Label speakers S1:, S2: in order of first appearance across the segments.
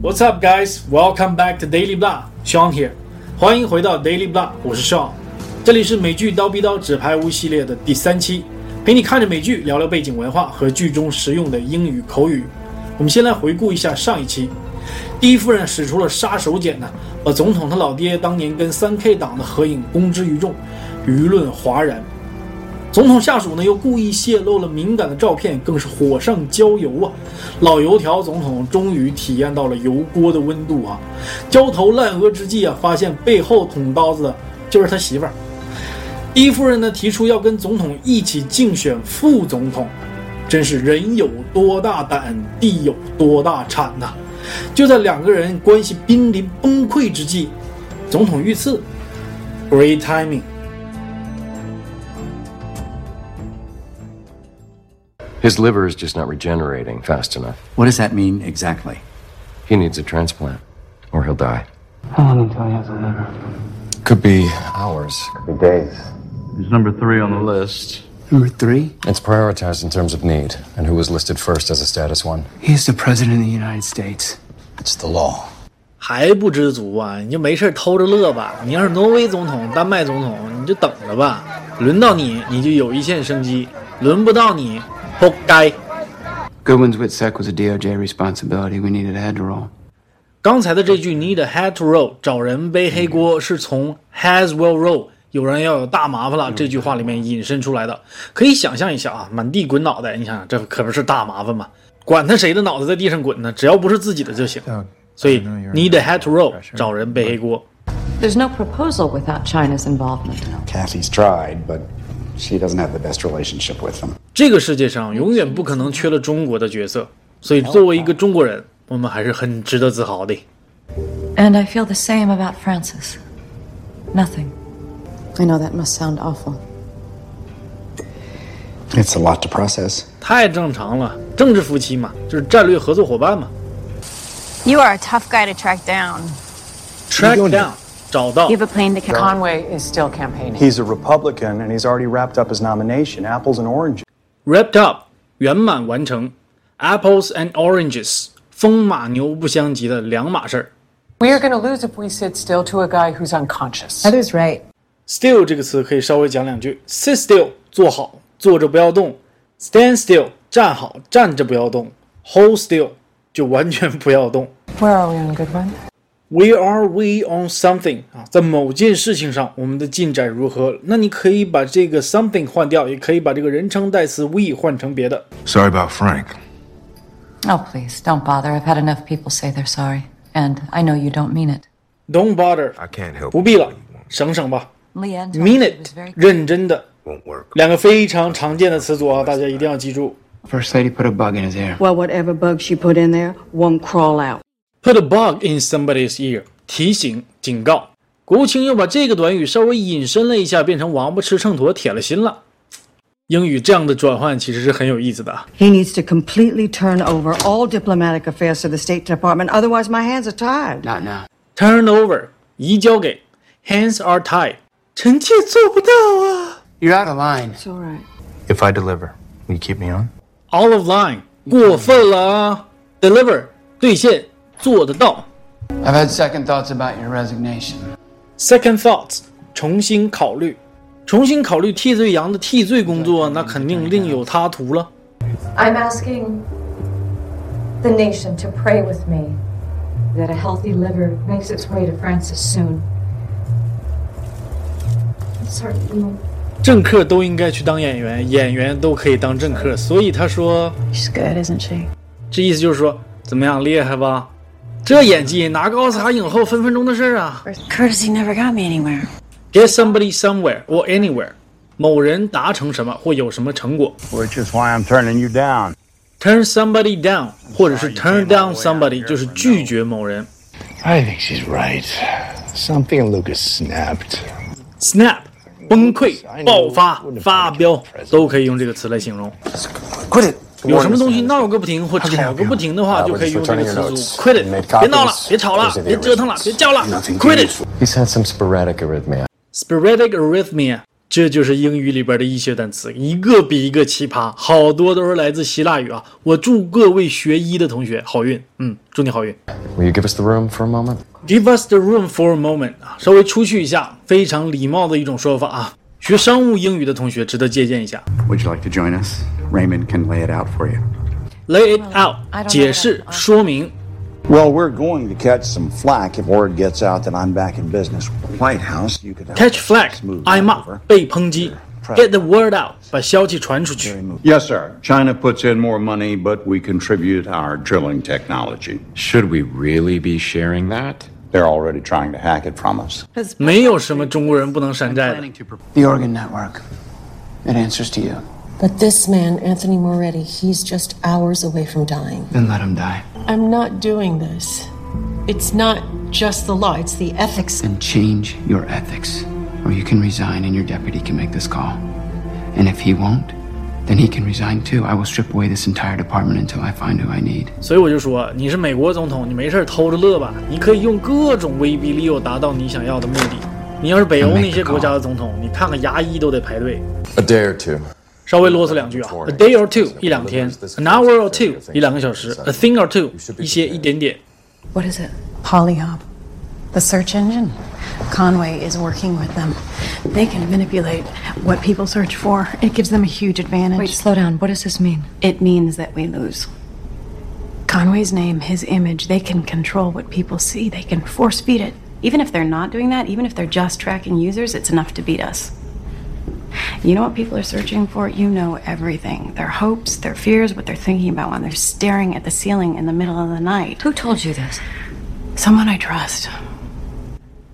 S1: What's up, guys? Welcome back to Daily Blah. Sean here，欢迎回到 Daily Blah，我是 Sean。这里是美剧《刀逼刀纸牌屋》系列的第三期，陪你看着美剧，聊聊背景文化和剧中实用的英语口语。我们先来回顾一下上一期，第一夫人使出了杀手锏呢，把总统他老爹当年跟三 K 党的合影公之于众，舆论哗然。总统下属呢又故意泄露了敏感的照片，更是火上浇油啊！老油条总统终于体验到了油锅的温度啊！焦头烂额之际啊，发现背后捅刀子的就是他媳妇儿。第一夫人呢提出要跟总统一起竞选副总统，真是人有多大胆，地有多大产呐、就在两个人关系濒临崩溃之际，总统遇刺，great timing。
S2: His liver is just not regenerating fast enough.
S3: What does that mean exactly?
S2: He needs a transplant, or he'll die.
S4: How long until he has a liver?
S2: Could be hours.
S5: He's number three on the list.
S3: Number three,
S2: It's prioritized in terms of need and who was listed first as a status one.
S3: he is the President of the United States.
S2: It's the law.
S1: 还不知足啊？你就没事偷着乐吧。你要是挪威总统、丹麦总统，你就等着吧。轮到你，你就有一线生机；轮不到你，活该。
S3: Goodwin's WITSEC was a DOJ responsibility. We needed a head to roll.
S1: 刚才的这句 “need a head to roll” 找人背黑锅，是从 “has will roll” 有人要有大麻烦了这句话里面引申出来的。可以想象一下啊，满地滚脑袋，你想想这可不是大麻烦吗？管他谁的脑袋在地上滚呢，只要不是自己的就行。所以 “need a head to roll” 找人背黑锅。
S6: There's no proposal without China's involvement.
S7: Kathy's tried, but she doesn't have the best relationship with them.
S1: 这个世界上永远不可能缺了中国的角色，所以作为一个中国人，我们还是很值得自豪的。
S6: And I feel the same about Francis. Nothing. I know that must sound awful.
S7: It's a lot to process.
S1: 太正常了，政治夫妻嘛，就是战略合作伙伴嘛。
S8: You are a tough guy to track down.
S1: Track down，找到
S8: You have a plane to catch.
S9: Conway is still campaigning.
S10: He's a Republican and he's already wrapped up his nomination. Apples and oranges.
S1: wrapped up，圆满完成。Apples and oranges，风马牛不相及的两码事儿。
S9: We are going to lose if we sit still to a guy who's unconscious.
S6: Heather's right.
S1: Still 这个词可以稍微讲两句。Sit still，坐好，坐着不要动；Stand still，站好，站着不要动；Hold still，就完全不要动。
S9: Where are we on Goodwin?
S1: We are we on something 啊，在某件事情上，我们的进展如何？那你可以把这个 something 换掉，也可以把这个人称代词 we 换成别的。
S11: Sorry about Frank.
S6: Oh, please, don't bother. I've had enough people say they're sorry. And I know you don't mean it.
S1: Don't bother，
S11: I can't help
S1: 不必了，省省吧。
S6: Leanne told me
S1: Mean
S6: she was
S1: it，
S6: very-
S1: 认真的，
S11: Won't work.
S1: 两个非常常见的词组啊，大家一定要记住。
S3: First lady put a bug in his ear.
S8: Well, whatever bug she put in there won't crawl out.
S1: Put a bug in somebody's ear，提醒、警告。国务卿又把这个短语稍微引申了一下，变成王八吃秤砣，铁了心了。英语这样的转换其实是很有意思的啊。
S8: He needs to completely turn over all diplomatic affairs to the State Department, otherwise, my hands are tied.
S3: Not now.
S1: turn over 移交给，hands are tied，臣妾做不到啊。
S3: You're out of line.
S8: It's all right.
S11: If I deliver, will you keep me on?
S1: All of line 过分了啊，deliver 兑现做得到。
S3: I've had second thoughts about your resignation.
S1: Second thoughts 重新考虑，重新考虑替罪羊的替罪工作，那肯定另有他图了。
S6: I'm asking the nation to pray with me that a healthy liver makes its way to Francis soon. Certainly.
S1: 政客都应该去当演员，演员都可以当政客，所以他说
S9: She's good, isn't she?
S1: 这意思就是说怎么样厉害吧？这演技拿个奥斯卡影后分分钟的事儿啊。
S8: Courtesy never got me anywhere.
S1: Get somebody somewhere or anywhere，某人达成什么或有什么成果。
S5: Which is why I'm turning you down.
S1: Turn somebody down，或者是 turn down somebody，就是拒绝某人。
S7: I think she's right. Something in Lucas snapped.
S1: Snap，崩溃、爆发、发飙，都可以用这个词来形容。
S7: Quit it.
S1: 有什么东西闹个不停或吵个不停的话，就可以用这个词组。Quit it，别闹了，别吵了，别折腾了，别叫了。Quit it。
S2: He's had some sporadic arrhythmia.
S1: Sporadic arrhythmia，这就是英语里边的医学单词，一个比一个奇葩，好多都是来自希腊语啊！我祝各位学医的同学好运，嗯，祝你好运。
S2: Will you give us the room for a moment?
S1: Give us the room for a moment 啊，稍微出去一下，非常礼貌的一种说法啊。学商务英语的同学值得借鉴一下。
S12: Would you like to join us? Raymond can lay it out for you.
S1: Lay it out，解释说明。
S13: Well, we're going to catch some flack if word gets out that I'm back in business with the White House. You could have
S1: Catch flag，挨骂，被抨击。Get the word out，把消息传出去。
S14: Yes, sir. China puts in more money, but we contribute our drilling technology. Should we really be sharing that? They're already trying to hack it from us.
S1: 没有什么中国人不能山寨的。
S3: The Oregon Network. It answers to you.
S15: But this man, Anthony Moretti, he's just hours away from dying.
S3: Then let him die.
S15: I'm not doing this. It's not just the law, it's the ethics.
S3: Then change your ethics, or you can resign and your deputy can make this call. And if he won't, then he can resign too. I will strip away this entire department until I find who I need.
S1: 所以我就说，你是美国总统，你没事儿偷着乐吧。你可以用各种威逼利诱达到你想要的目的。你要是北欧那些国家的总统，你看看牙医都得排队。
S2: A day or two.
S1: 稍微啰嗦两句啊，a day or two 一两天，an hour or two 一两个小时，a thing or two 一些一点点。
S15: What is it? Polyhub, the search engine. Conway is working with them. They can manipulate what people search for. It gives them a huge advantage.
S6: Wait, slow down. What does this mean?
S15: It means that we lose. Conway's name, his image, they can control what people see. They can force feed it. Even if they're not doing that, even if they're just tracking users, it's enough to beat us. You know what people are searching for? You know everything their hopes, their fears, what they're thinking about when they're staring at the ceiling in the middle of the night.
S6: Who told you this?
S15: Someone I trust.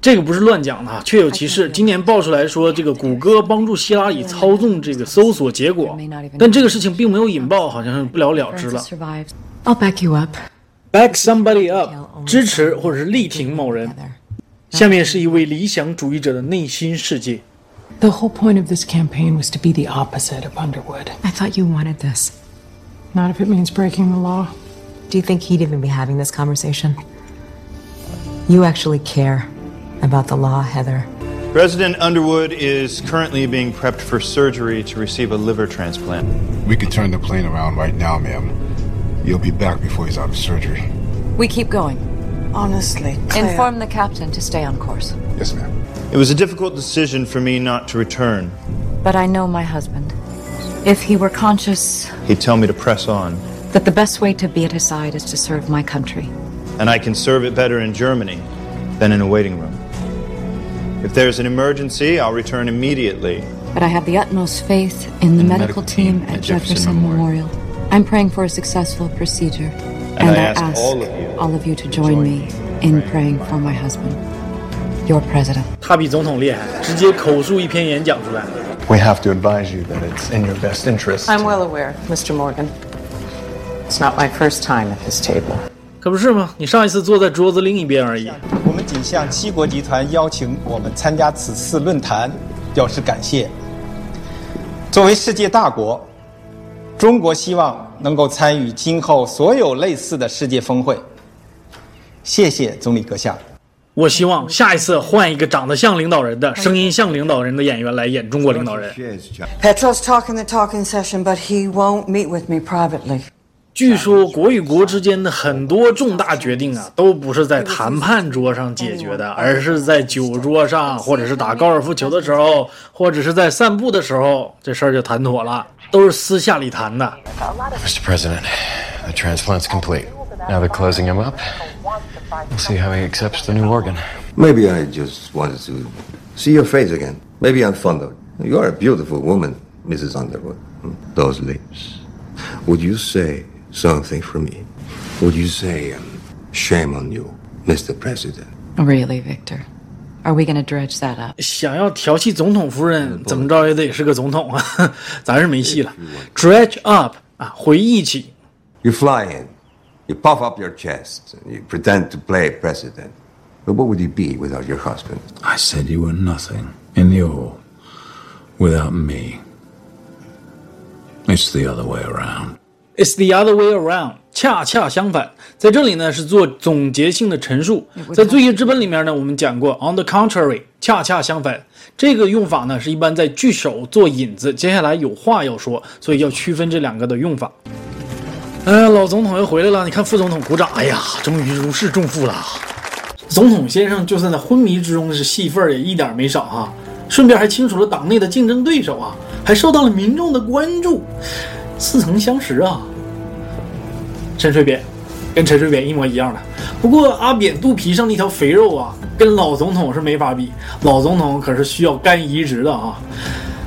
S1: 这个不是乱讲的啊，确有其事。今年爆出来说，这个谷歌帮助希拉里操纵这个搜索结果，但这个事情并没有引爆，好像是不了了之了。
S15: I'll back you up.
S1: Back somebody up，支持或者是力挺某人。下面是一位理想主义者的内心世界。
S9: The whole point of this campaign was to be the opposite of Underwood.
S15: I thought you wanted this.
S9: Not if it means breaking the law.
S15: Do you think he'd even be having this conversation? You actually care about the law, Heather.
S16: President Underwood is currently being prepped for surgery to receive a liver transplant.
S17: We could turn the plane around right now, ma'am. You'll be back before he's out of surgery.
S18: We keep going.
S15: Honestly,
S18: Claire. Inform the captain to stay on course.
S17: Yes, ma'am.
S16: It was a difficult decision for me not to return.
S18: But I know my husband. If he were conscious,
S16: he'd tell me to press on.
S18: That the best way to be at his side is to serve my country.
S16: And I can serve it better in Germany than in a waiting room. If there's an emergency, I'll return immediately.
S18: But I have the utmost faith in the, in the medical, medical, team, at, at Jefferson, Jefferson Memorial. Memorial. I'm praying for a successful procedure.
S16: And, and I, I, ask, ask all, of you,
S18: all of you, to join, join me in praying for my husband, your president.
S1: 他比总统厉害，直接口述一篇演讲出来。
S19: We have to advise you that it's in your best interest.
S9: I'm well aware, Mr. Morgan. It's not my first time at this table.
S1: 可不是吗？你上一次坐在桌子另一边而已。
S20: 我们谨向七国集团邀请我们参加此次论坛表示感谢。作为世界大国，中国希望能够参与今后所有类似的世界峰会。谢谢总理阁下。
S1: 我希望下一次换一个长得像领导人的、声音像领导人的演员来演中国领导人。
S8: Petro's talking the talking session, but he won't meet with me privately.
S1: 据说国与国之间的很多重大决定啊，都不是在谈判桌上解决的，而是在酒桌上，或者是打高尔夫球的时候，或者是在散步的时候，这事儿就谈妥了，都是私下里谈的。
S2: Mr. President, the transplant's complete. Now they're closing him up. We'll see how he accepts the new organ.
S21: Maybe I just wanted to see your face again. Maybe I'm fond of you. You are a beautiful woman, Mrs. Underwood. Those lips. Would you say? something for me. Would you say, um, shame on you, Mr. President?
S18: Really, Victor? Are we going to dredge that up?
S1: 想要调戏总统夫人，怎么着也得是个总统啊，咱是没戏了。Dredge up 啊，回忆起。
S21: You fly in, you puff up your chest, and you pretend to play president. But what would you be without your husband?
S22: I said you were nothing in the all without me. It's the other way around.
S1: It's the other way around，恰恰相反，在这里呢是做总结性的陈述。在《罪业之奔》里面呢，我们讲过，on the contrary，恰恰相反，这个用法呢是一般在句首做引子，接下来有话要说，所以要区分这两个的用法。呃，老总统又回来了，你看副总统鼓掌，哎呀，终于如释重负了。总统先生就算在昏迷之中，是戏份儿也一点儿没少啊，顺便还清楚了党内的竞争对手啊，还受到了民众的关注，似曾相识啊。陈水扁，跟陈水扁一模一样的，不过阿扁肚皮上那条肥肉啊，跟老总统是没法比，老总统可是需要肝移植的啊。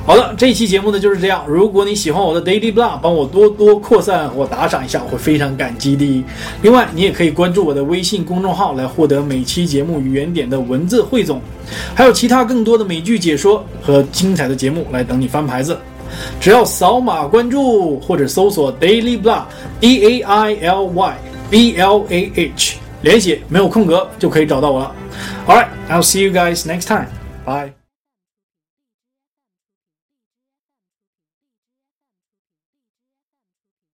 S1: 好了，这一期节目呢就是这样。如果你喜欢我的 Daily Blah，帮我多多扩散或打赏一下，我会非常感激的。另外，你也可以关注我的微信公众号来获得每期节目与原点的文字汇总，还有其他更多的美剧解说和精彩的节目来等你翻牌子。只要扫码关注或者搜索 Daily Blah D A I L Y B L A H 连写没有空格就可以找到我了。All right, I'll see you guys next time. Bye.